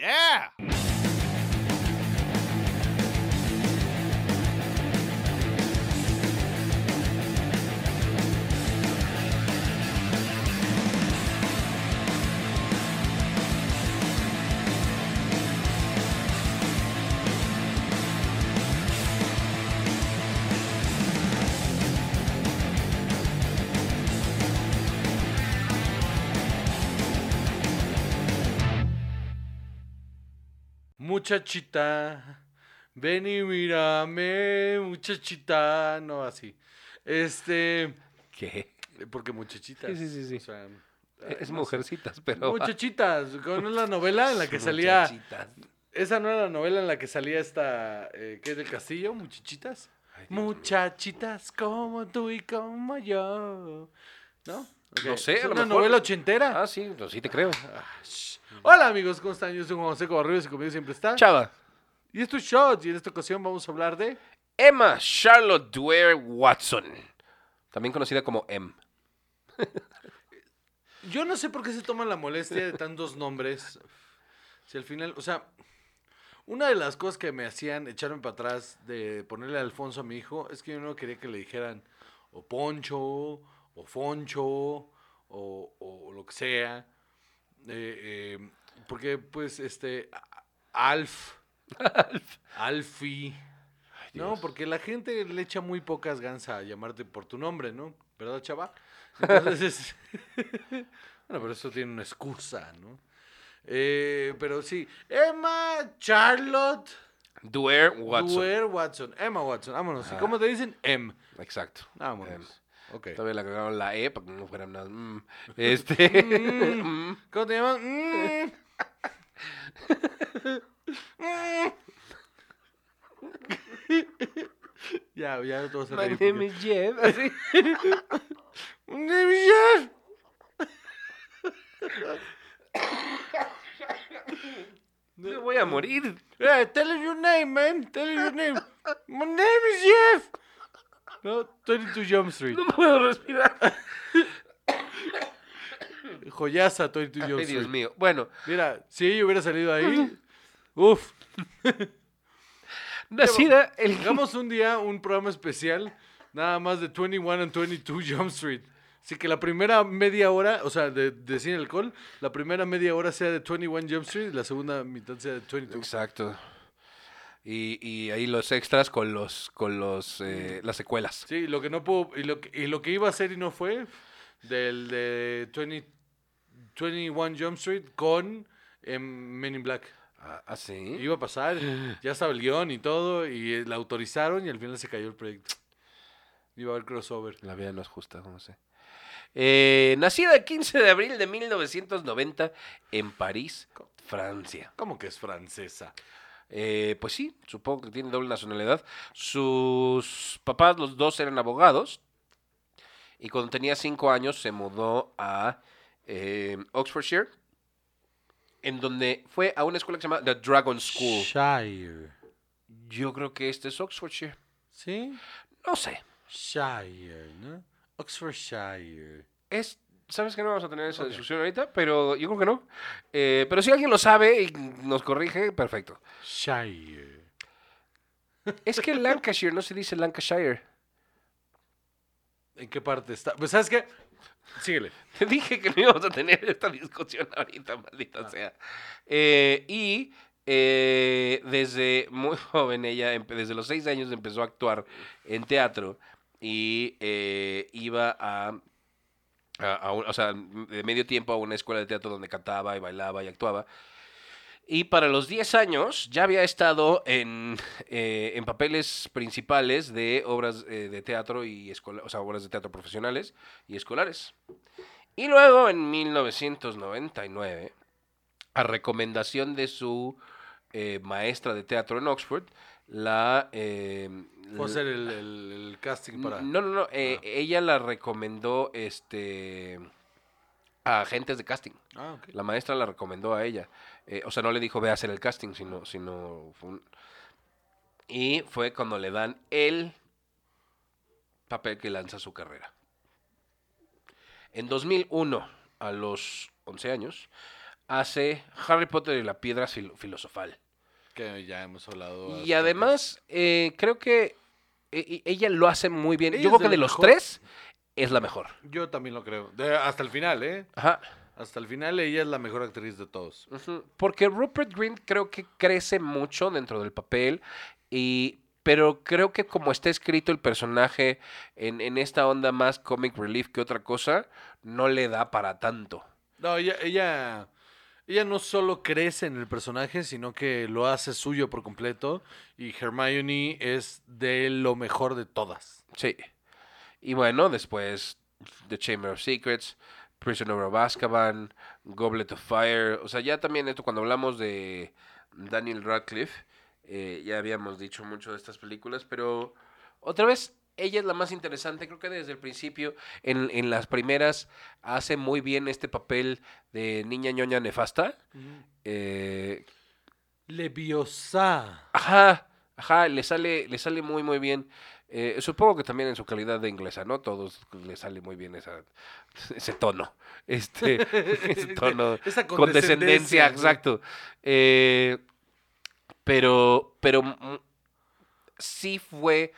Yeah. Muchachita, ven y mírame, muchachita, no así. Este, ¿Qué? porque muchachitas. Sí, sí, sí, sí. o sea, Es además- mujercitas, pero. Muchachitas, con es la novela en la que salía. Muchachitas. Esa no era la novela en la que salía esta. Eh, ¿Qué es del castillo? Muchachitas. Ay, Dios mío. Muchachitas como tú y como yo. ¿No? Ok. No sé, es a lo una mejor. novela ochentera. Ah, sí, no, sí te creo. Ah, shh. Hola amigos, ¿cómo están? Yo soy Juan José Cobarrios y conmigo siempre está. Chava. Y esto es Shots y en esta ocasión vamos a hablar de... Emma Charlotte Dwyer Watson. También conocida como Em. Yo no sé por qué se toman la molestia de tantos nombres. Si al final, o sea, una de las cosas que me hacían echarme para atrás de ponerle Alfonso a mi hijo es que yo no quería que le dijeran o Poncho, o Foncho, o, o lo que sea. Eh, eh, porque, pues, este, a- Alf, Alfie. No, porque la gente le echa muy pocas ganas a llamarte por tu nombre, ¿no? ¿Verdad, chava? Entonces, es- bueno, pero eso tiene una excusa, ¿no? Eh, pero sí, Emma Charlotte Dwyer Watson. Duer Watson. Emma Watson, vámonos. ¿Y cómo te dicen? Em. Exacto. Em. Vámonos. Ok. Todavía le agregaron la E para que no fuera nada. mm. Este. Mm. Mm. ¿Cómo te llaman? Mm. Mm. ya, ya todos se My ríen porque- name is Jeff. Así. ¡De billar! Me voy a morir. Yeah, Eh, tell us your name, man. Tell us your name. My name is Jeff. No, 22 Jump Street. No puedo respirar. Joyaza 22 Jump Ay, Dios Street. mío. Bueno, Mira, si ella hubiera salido ahí, uf. nacida el. Hagamos un día un programa especial, nada más de 21 and 22 Jump Street. Así que la primera media hora, o sea, de, de sin alcohol, la primera media hora sea de 21 Jump Street y la segunda mitad sea de 22. Exacto. Y, y ahí los extras con los con los eh, las secuelas. Sí, lo que no puedo, y lo que, y lo que iba a hacer y no fue, del de 20 21 Jump Street con em, Men in Black. Ah, ah, sí. Iba a pasar, ya estaba el guión y todo, y eh, la autorizaron y al final se cayó el proyecto. Iba a haber crossover. La vida no es justa, no sé. Eh, nacida el 15 de abril de 1990 en París, Francia. ¿Cómo que es francesa? Eh, pues sí, supongo que tiene doble nacionalidad. Sus papás, los dos, eran abogados. Y cuando tenía cinco años se mudó a eh, Oxfordshire, en donde fue a una escuela que se llama The Dragon School. Shire. Yo creo que este es Oxfordshire. ¿Sí? No sé. Shire, ¿no? Oxfordshire. Es, Sabes que no vamos a tener esa Ok. discusión ahorita, pero yo creo que no. Eh, pero si alguien lo sabe y nos corrige, perfecto. Shire. Es que Lancashire no se dice Lancashire. ¿En qué parte está? Pues, ¿sabes qué? Síguele. Te dije que no íbamos a tener esta discusión ahorita, maldita sea. Eh, y eh, desde muy joven ella, empe- desde los seis años empezó a actuar en teatro y eh, iba a, a- a un- o sea, de medio tiempo a una escuela de teatro donde cantaba y bailaba y actuaba. Y para los 10 años ya había estado en, eh, en papeles principales de obras eh, de teatro y escola- o sea, obras de teatro profesionales y escolares. Y luego en 1999, a recomendación de su eh, maestra de teatro en Oxford, la... eh, Fue a la- hacer el, el- el casting para... no, no, no. eh, Ah. Ella la recomendó este, a agentes de casting. Ah, ok. La maestra la recomendó a ella. Eh, o sea, no le dijo ve a hacer el casting, sino... sino fue un- Y fue cuando le dan el papel que lanza su carrera. En 2001, a los 11 años, hace Harry Potter y la piedra fil- filosofal. Que ya hemos hablado. Y bastante. además, eh, creo que eh, y- ella lo hace muy bien. Ella Yo es creo que de de lo los mejor. tres es la mejor. Yo también lo creo. De- hasta el final, ¿eh? Ajá. Hasta el final ella es la mejor actriz de todos. Ujú, Porque Rupert Green creo que crece mucho dentro del papel, y, pero creo que como está escrito el personaje en, en esta onda más comic relief que otra cosa, no le da para tanto. No, ella, ella, ella no solo crece en el personaje, sino que lo hace suyo por completo. Y Hermione es de lo mejor de todas. Sí. Y bueno, después The Chamber of Secrets, Prisoner of Azkaban, Goblet of Fire. O sea, ya también esto cuando hablamos de Daniel Radcliffe, eh, ya habíamos dicho mucho de estas películas, pero otra vez ella es la más interesante. Creo que desde el principio, en, en las primeras, hace muy bien este papel de niña ñoña nefasta. Mm. Eh, Leviosa. Ajá, ajá, le sale, le sale muy, muy bien. Eh, supongo que también en su calidad de inglesa, ¿no? Todos le sale muy bien esa, ese tono. Este, ese tono. Esa Con descendencia, güey. exacto. Eh, pero, pero mm, sí fue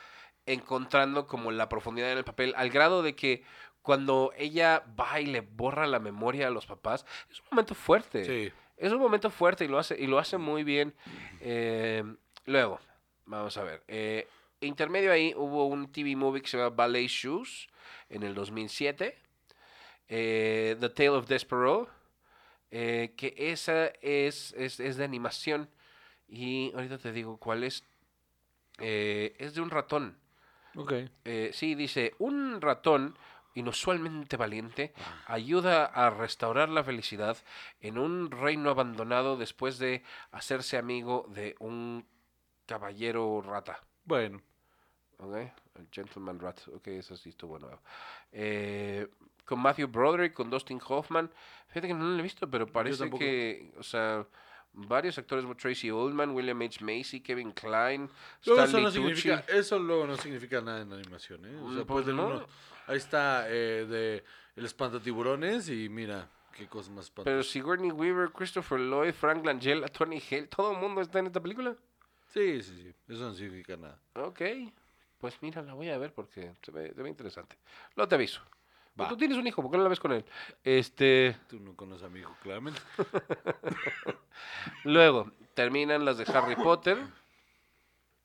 encontrando como la profundidad en el papel, al grado de que cuando ella va y le borra la memoria a los papás, es un momento fuerte. Sí. Es un momento fuerte y lo hace, y lo hace muy bien. Eh, luego, vamos a ver. eh, intermedio ahí hubo un TV movie que se llama Ballet Shoes en el 2007. eh, The Tale of Despero. eh, que esa es, es, es de animación. Y ahorita te digo cuál es. Eh, es de un ratón. Ok. Eh, sí, dice, un ratón inusualmente valiente Ah. ayuda a restaurar la felicidad en un reino abandonado después de hacerse amigo de un caballero rata. Bueno. ¿ok? El Gentleman Rat, ok, eso sí estuvo nuevo. Eh, con Matthew Broderick, con Dustin Hoffman. Fíjate que no lo he visto, pero parece tampoco. que, o sea, varios actores, como Tracy Oldman, William H. Macy, Kevin Klein, Luego Stanley eso, no Tucci. significa, eso luego no significa nada en animación, ¿eh? O sea, pues Mm, pues del no. uno- Ahí está eh, de El Espantatiburones y mira, qué cosa más espantosa. Pero Sigourney Weaver, Christopher Lloyd, Frank Langella, Tony Hale, todo el mundo está en esta película. Sí, sí, sí. Eso no significa nada. Ok. Pues mira, la voy a ver porque se ve, se ve interesante. Lo te aviso. Va. Tú tienes un hijo, ¿por qué no la ves con él? Este. Tú no conoces a mi hijo, claramente. Luego, terminan las de Harry Potter.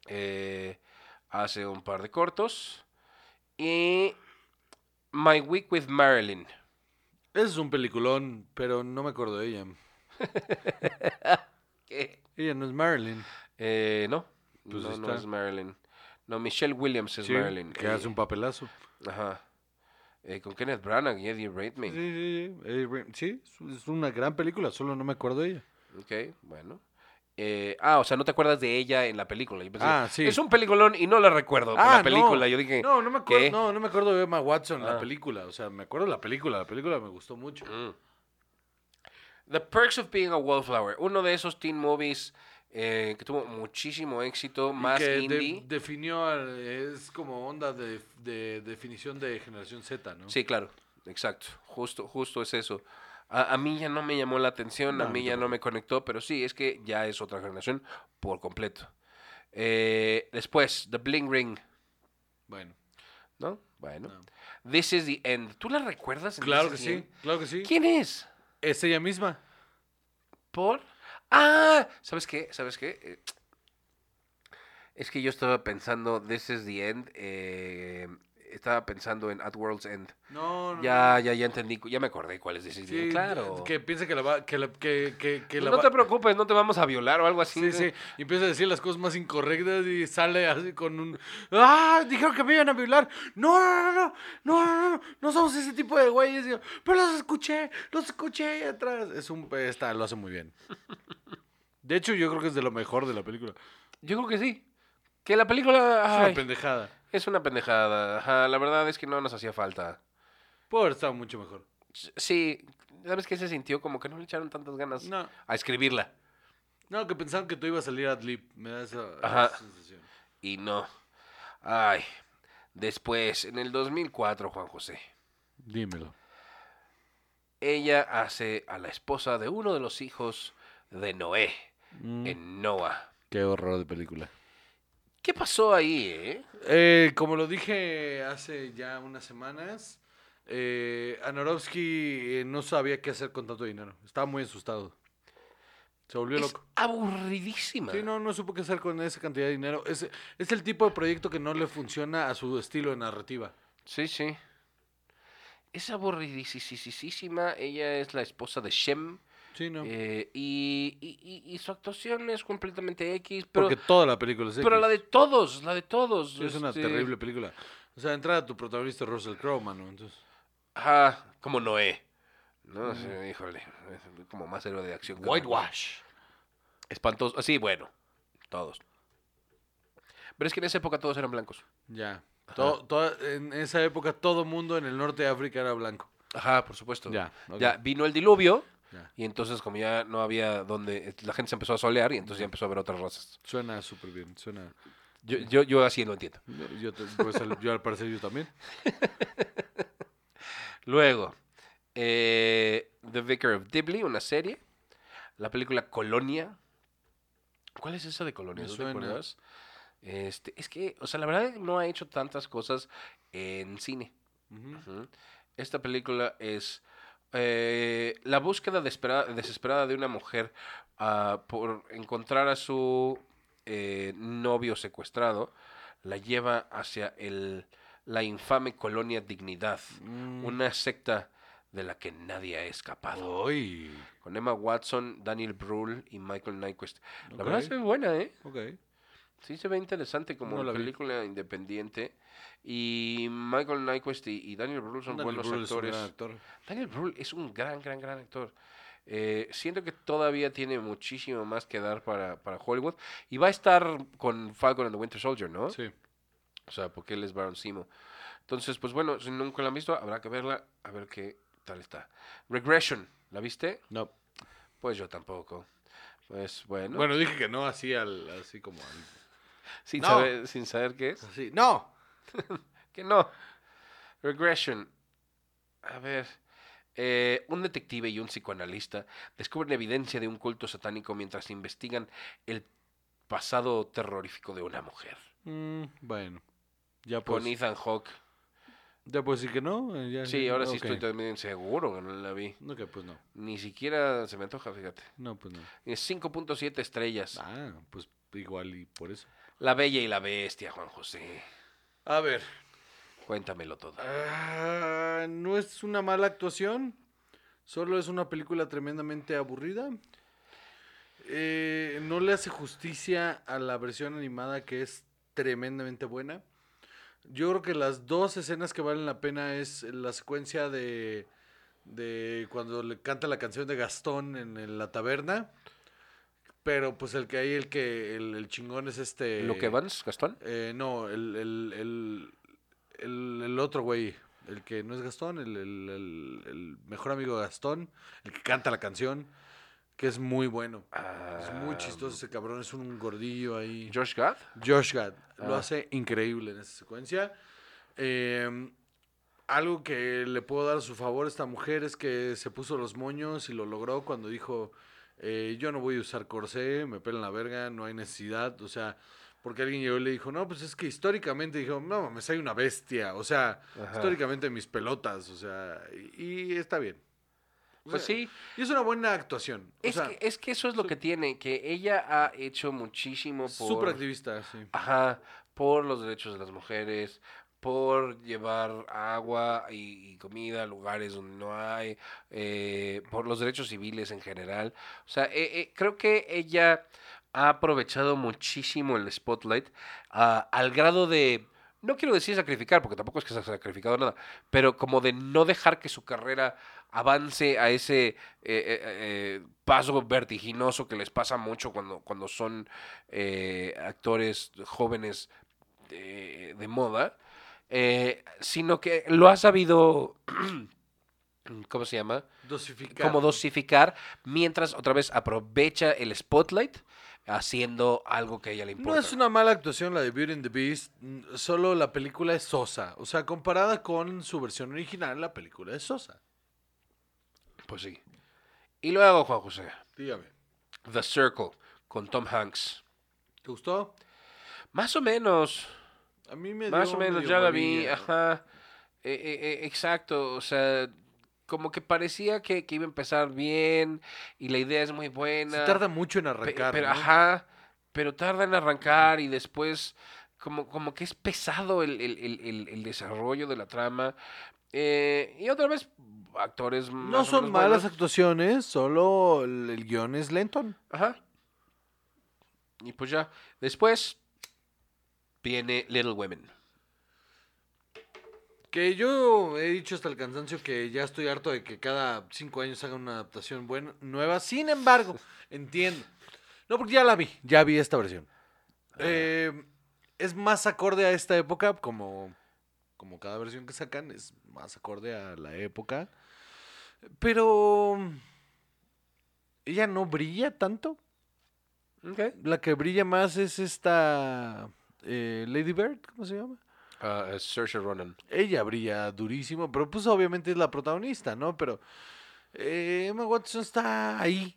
Eh, hace un par de cortos. Y. My Week with Marilyn. Es un peliculón, pero no me acuerdo de ella. ¿Qué? Ella no es Marilyn. Eh, no. Pues no, ahí no está. es Marilyn. No, Michelle Williams es Sí, Marilyn. Que Eh, hace un papelazo. Ajá. Eh, con Kenneth Branagh y Eddie Redmayne. Sí, sí, sí. Eh, re- sí, es- es una gran película, solo no me acuerdo de ella. Ok, bueno. Eh, ah, o sea, no te acuerdas de ella en la película. Yo pensé, Ah, sí. Es un peliculón y no la recuerdo por Ah, la película. no. Yo dije, No, no me acuerdo, ¿Qué? no, no me acuerdo de Emma Watson, la Ah. película. O sea, me acuerdo de la película. La película me gustó mucho. Mm. The Perks of Being a Wallflower, uno de esos teen movies eh, que tuvo muchísimo éxito, Y más que de- indie. definió, al- es como onda de, de definición de generación Z, ¿no? Sí, claro, exacto. Justo, justo es eso. A, a mí ya no me llamó la atención, No, a a mí mí ya no me conectó, pero sí, es que ya es otra generación por completo. Eh, después, The Bling Ring, Bueno, ¿no? Bueno. no. This is the end. ¿Tú la recuerdas? en claro que This is sí, the claro que sí. End? ¿Quién es? Es ella misma. ¿Por? Ah, ¿sabes qué? ¿Sabes qué? Eh, Es que yo estaba pensando, This is the end. eh, estaba pensando en At World's End. No, no. Ya, no. ya, ya entendí, cu- ya me acordé cuál es This is the Sí, end. Claro. Que piensa que la va, que la, que, que, que la Pues no va- te preocupes, no te vamos a violar o algo así. Sí, sí. Y empieza a decir las cosas más incorrectas y sale así con un. ¡Ah! Dijeron que me iban a violar. No, no, no, no, no, no, no, no somos ese tipo de güeyes. Y yo, Pero los escuché, los escuché ahí atrás. Es un. Está, lo hace muy bien. De hecho, yo creo que es de lo mejor de la película. Yo creo que sí. Que la película Es ay, una pendejada. es una pendejada. Ajá, la verdad es que no nos hacía falta. Puede haber estado mucho mejor. Sí, ¿sabes qué se sintió? Como que no le echaron tantas ganas No, a escribirla. no, que pensaban que tú ibas a salir a Adlib. Me da esa, esa Ajá. sensación. Y no. Ay. Después, en el 2004, Juan José. Dímelo. ella hace a la esposa de uno de los hijos de Noé, Mm, en Noah. Qué horror de película. ¿Qué pasó ahí, eh? Eh, como lo dije hace ya unas semanas, eh, Anorovsky eh, no sabía qué hacer con tanto dinero. Estaba muy asustado. Se volvió Es loco. aburridísima. Sí, no, no supo qué hacer con esa cantidad de dinero. Es, es el tipo de proyecto que no le funciona a su estilo de narrativa. Sí, sí. Es aburridísima. Ella es la esposa de Shem. Sí, no. eh, y, y- y- y su actuación es completamente X. Pero, Porque toda la película es pero X. la de todos, la de todos. Es una este, terrible película. O sea, entra tu protagonista Russell Crowe, mano. Entonces, Ajá, como Noé. No, sí, híjole. es Como más héroe de acción. que Mm. Whitewash. Espantoso. ah, Sí, bueno. Todos. Pero es que en esa época todos eran blancos. Ya. To- toda- en esa época todo mundo en el norte de África era blanco. Ajá, por supuesto. Ya, ok. ya vino el diluvio Ya. y entonces como ya no había donde... La gente se empezó a solear y entonces ya empezó a ver otras razas. Suena súper bien. Suena. Yo, yo, yo así lo entiendo. Yo, yo te- pues, al- yo al parecer yo también. Luego, eh, The Vicar of Dibley, una serie. La película Colonia. ¿Cuál es esa de Colonia? Me ¿No te suena. acuerdas? Este, es que, o sea, la verdad no ha hecho tantas cosas en cine. Ujú. Ujú. Esta película es eh, la búsqueda despera- desesperada de una mujer ah, por encontrar a su eh, novio secuestrado. La lleva hacia el, la infame colonia Dignidad, Mm. una secta de la que nadie ha Oh. escapado. Ay. Con Emma Watson, Daniel Brühl y Michael Nyquist. La Ok. verdad se ve buena, ¿eh? Ok. Sí, se ve interesante como No la vi. película independiente. Y Michael Nyquist y, y Daniel Brühl son Daniel buenos Brühl es un actores. gran actor. Daniel Brühl es un gran, gran, gran actor. Eh, siento que todavía tiene muchísimo más que dar para, para Hollywood. Y va a estar con Falcon and the Winter Soldier, ¿no? Sí. O sea, porque él es Baron Simo. Entonces, pues bueno, si nunca la han visto, habrá que verla, a ver qué tal está. Regression, ¿la viste? No. Pues yo tampoco. Pues bueno, Bueno, dije que no así al, así como al- sin, no. Saber, sin saber qué es. así. ¡No! Que no. Regression. A ver. eh, un detective y un psicoanalista descubren evidencia de un culto satánico mientras investigan el pasado terrorífico de una mujer. Mm, bueno. Ya Con pues. Ethan Hawke. Ya puedo decir que no. eh, ya- Sí, ahora sí ok. estoy también seguro que no la vi. Ok, pues no. Ni siquiera se me antoja, fíjate. Eh, No, pues no. Es 5.7 estrellas. Ah, pues igual y por eso. La Bella y la Bestia, Juan José. A ver, Cuéntamelo todo. ah, no es una mala actuación, solo es una película tremendamente aburrida. Eh, no le hace justicia a la versión animada que es tremendamente buena. Yo creo que las dos escenas que valen la pena es la secuencia de, de cuando le canta la canción de Gastón en, el- la taberna. Pero pues el que hay, el que el, el chingón es este... ¿Lo que Vance, Gastón? Eh, no, el, el, el, el, el otro güey, el que no es Gastón, el, el, el- el mejor amigo de Gastón, el que canta la canción, que es muy bueno. Es muy Ah, chistoso ese cabrón, es un gordillo ahí. George Ah, Gad. Josh Gad lo Ah. hace increíble en esa secuencia. Eh, algo que le puedo dar a su favor a esta mujer es que se puso los moños y lo logró cuando dijo, eh, yo no voy a usar corsé, me pelan la verga, no hay necesidad. O sea, porque alguien llegó y le dijo, no, pues es que históricamente dijo, no mames, hay una bestia. O sea, Ajá. históricamente mis pelotas. O sea, y, y está bien. O Pues sea, sí, Y es una buena actuación. O Es, sea, que, es que eso es lo que tiene, que ella ha hecho muchísimo súper por, activista, sí. ajá, por los derechos de las mujeres, por llevar agua y, y comida a lugares donde no hay, eh, por los derechos civiles en general. O sea, eh, eh, creo que ella ha aprovechado muchísimo el spotlight ah, al grado de... No quiero decir sacrificar, porque tampoco es que se ha sacrificado nada, pero como de no dejar que su carrera avance a ese eh, eh, eh, paso vertiginoso que les pasa mucho cuando, cuando son eh, actores jóvenes de, de moda, eh, sino que lo ha sabido, ¿cómo se llama? Dosificar. Como dosificar, mientras otra vez aprovecha el spotlight haciendo algo que a ella le importa. No es una mala actuación la de Beauty and the Beast, mm, solo la película es sosa. O sea, comparada con su versión original, la película es sosa. Pues sí. Y luego, Juan José, Dígame. The Circle con Tom Hanks. ¿Te gustó? Más o menos. A mí me Más dio o menos, medio ya la vi, huevilla. ajá. Eh, eh, eh, exacto, o sea, como que parecía que, que iba a empezar bien y la idea es muy Se buena. tarda mucho en pe- arrancar. pero, ¿no? Ajá, pero tarda en arrancar y después como, como que es pesado el, el- el- el- el desarrollo de la trama. Eh, y otra vez, actores No más o son menos malas buenos. actuaciones, solo el, el guión es lento. Ajá. Y pues ya, después viene Little Women. Que yo he dicho hasta el cansancio que ya estoy harto de que cada cinco años haga una adaptación buena, nueva. Sin embargo, entiendo. No, porque ya la vi, ya vi esta versión. Eh, es más acorde a esta época, como, como cada versión que sacan, es más acorde a la época. Pero ella no brilla tanto. Ok. La que brilla más es esta eh, Lady Bird, ¿cómo se llama? Ah, eh, Saoirse Ronan. Ella brilla durísimo, pero pues obviamente es la protagonista, ¿no? Pero eh, Emma Watson está ahí,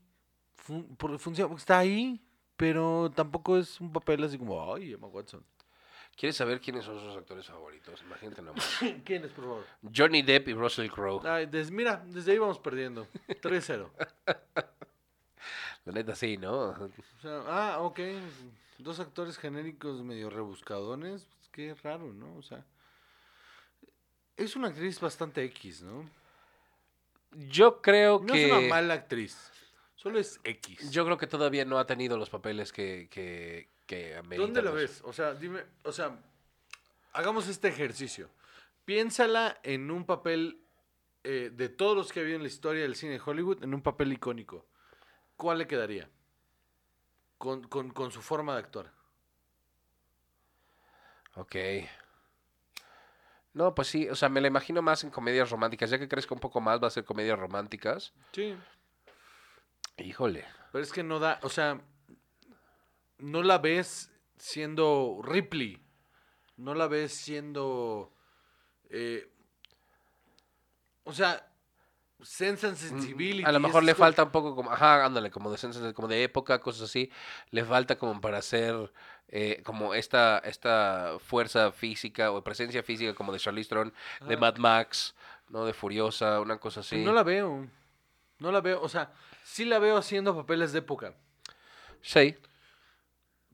fun- por- funciona, está ahí, pero tampoco es un papel así como, ay, Emma Watson. ¿Quieres saber quiénes son sus actores favoritos? Imagínate nomás. ¿Quién es, por favor? Johnny Depp y Russell Crowe. Ay, des- mira, desde ahí vamos perdiendo. 3-0. La neta sí, ¿no? O sea, ah, ok. Dos actores genéricos medio rebuscadones. Pues, qué raro, ¿no? O sea. Es una actriz bastante X, ¿no? Yo creo No que... es una mala actriz. Solo es X. Yo creo que todavía no ha tenido los papeles que, que, que ameritan ¿Dónde la los- ves? O sea, dime. O sea, hagamos este ejercicio. Piénsala en un papel eh, de todos los que ha habido en la historia del cine de Hollywood, en un papel icónico. ¿Cuál le quedaría? Con, con, con su forma de actuar. Ok. No, pues sí, o sea, me la imagino más en comedias románticas. Ya que crezca un poco más, va a ser comedias románticas. Sí. Híjole. Pero es que no da, o sea, no la ves siendo Ripley, no la ves siendo, eh, o sea, Sense and Sensibility. Mm, A lo mejor esas le cosas. falta un poco como, ajá, ándale, como de sensación, como de época, cosas así. Le falta como para hacer eh, como esta, esta fuerza física o presencia física como de Charlize Theron, de Ah. Pues Mad Max, ¿no? De Furiosa, una cosa así. No la veo, no la veo, o sea, sí la veo haciendo papeles de época, Sí.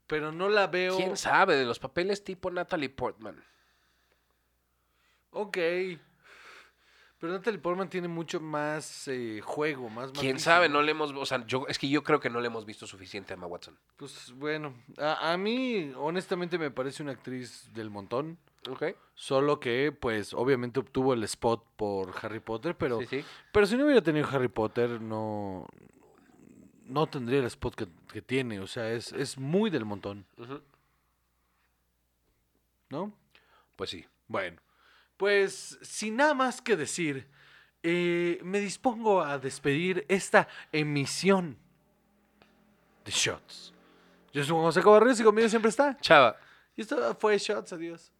pero no la veo. ¿Quién sabe? De los papeles tipo Natalie Portman. Ok. Pero Natalie Portman tiene mucho más eh, juego, más ¿Quién matiz, sabe? No le hemos, o sea, yo, es que yo creo que no le hemos visto suficiente a Emma Watson. Pues bueno, a, a mí honestamente me parece una actriz del montón. Ok. Solo que, pues, obviamente obtuvo el spot por Harry Potter, pero, Sí, sí. pero si no hubiera tenido Harry Potter, no, no tendría el spot que, que tiene. O sea, es, es muy del montón, Ujú. ¿no? Pues sí. Bueno, pues, sin nada más que decir, eh, me dispongo a despedir esta emisión de Shots. Yo soy Juan José Cabarrés y conmigo siempre está. Chava. Y esto fue Shots, adiós.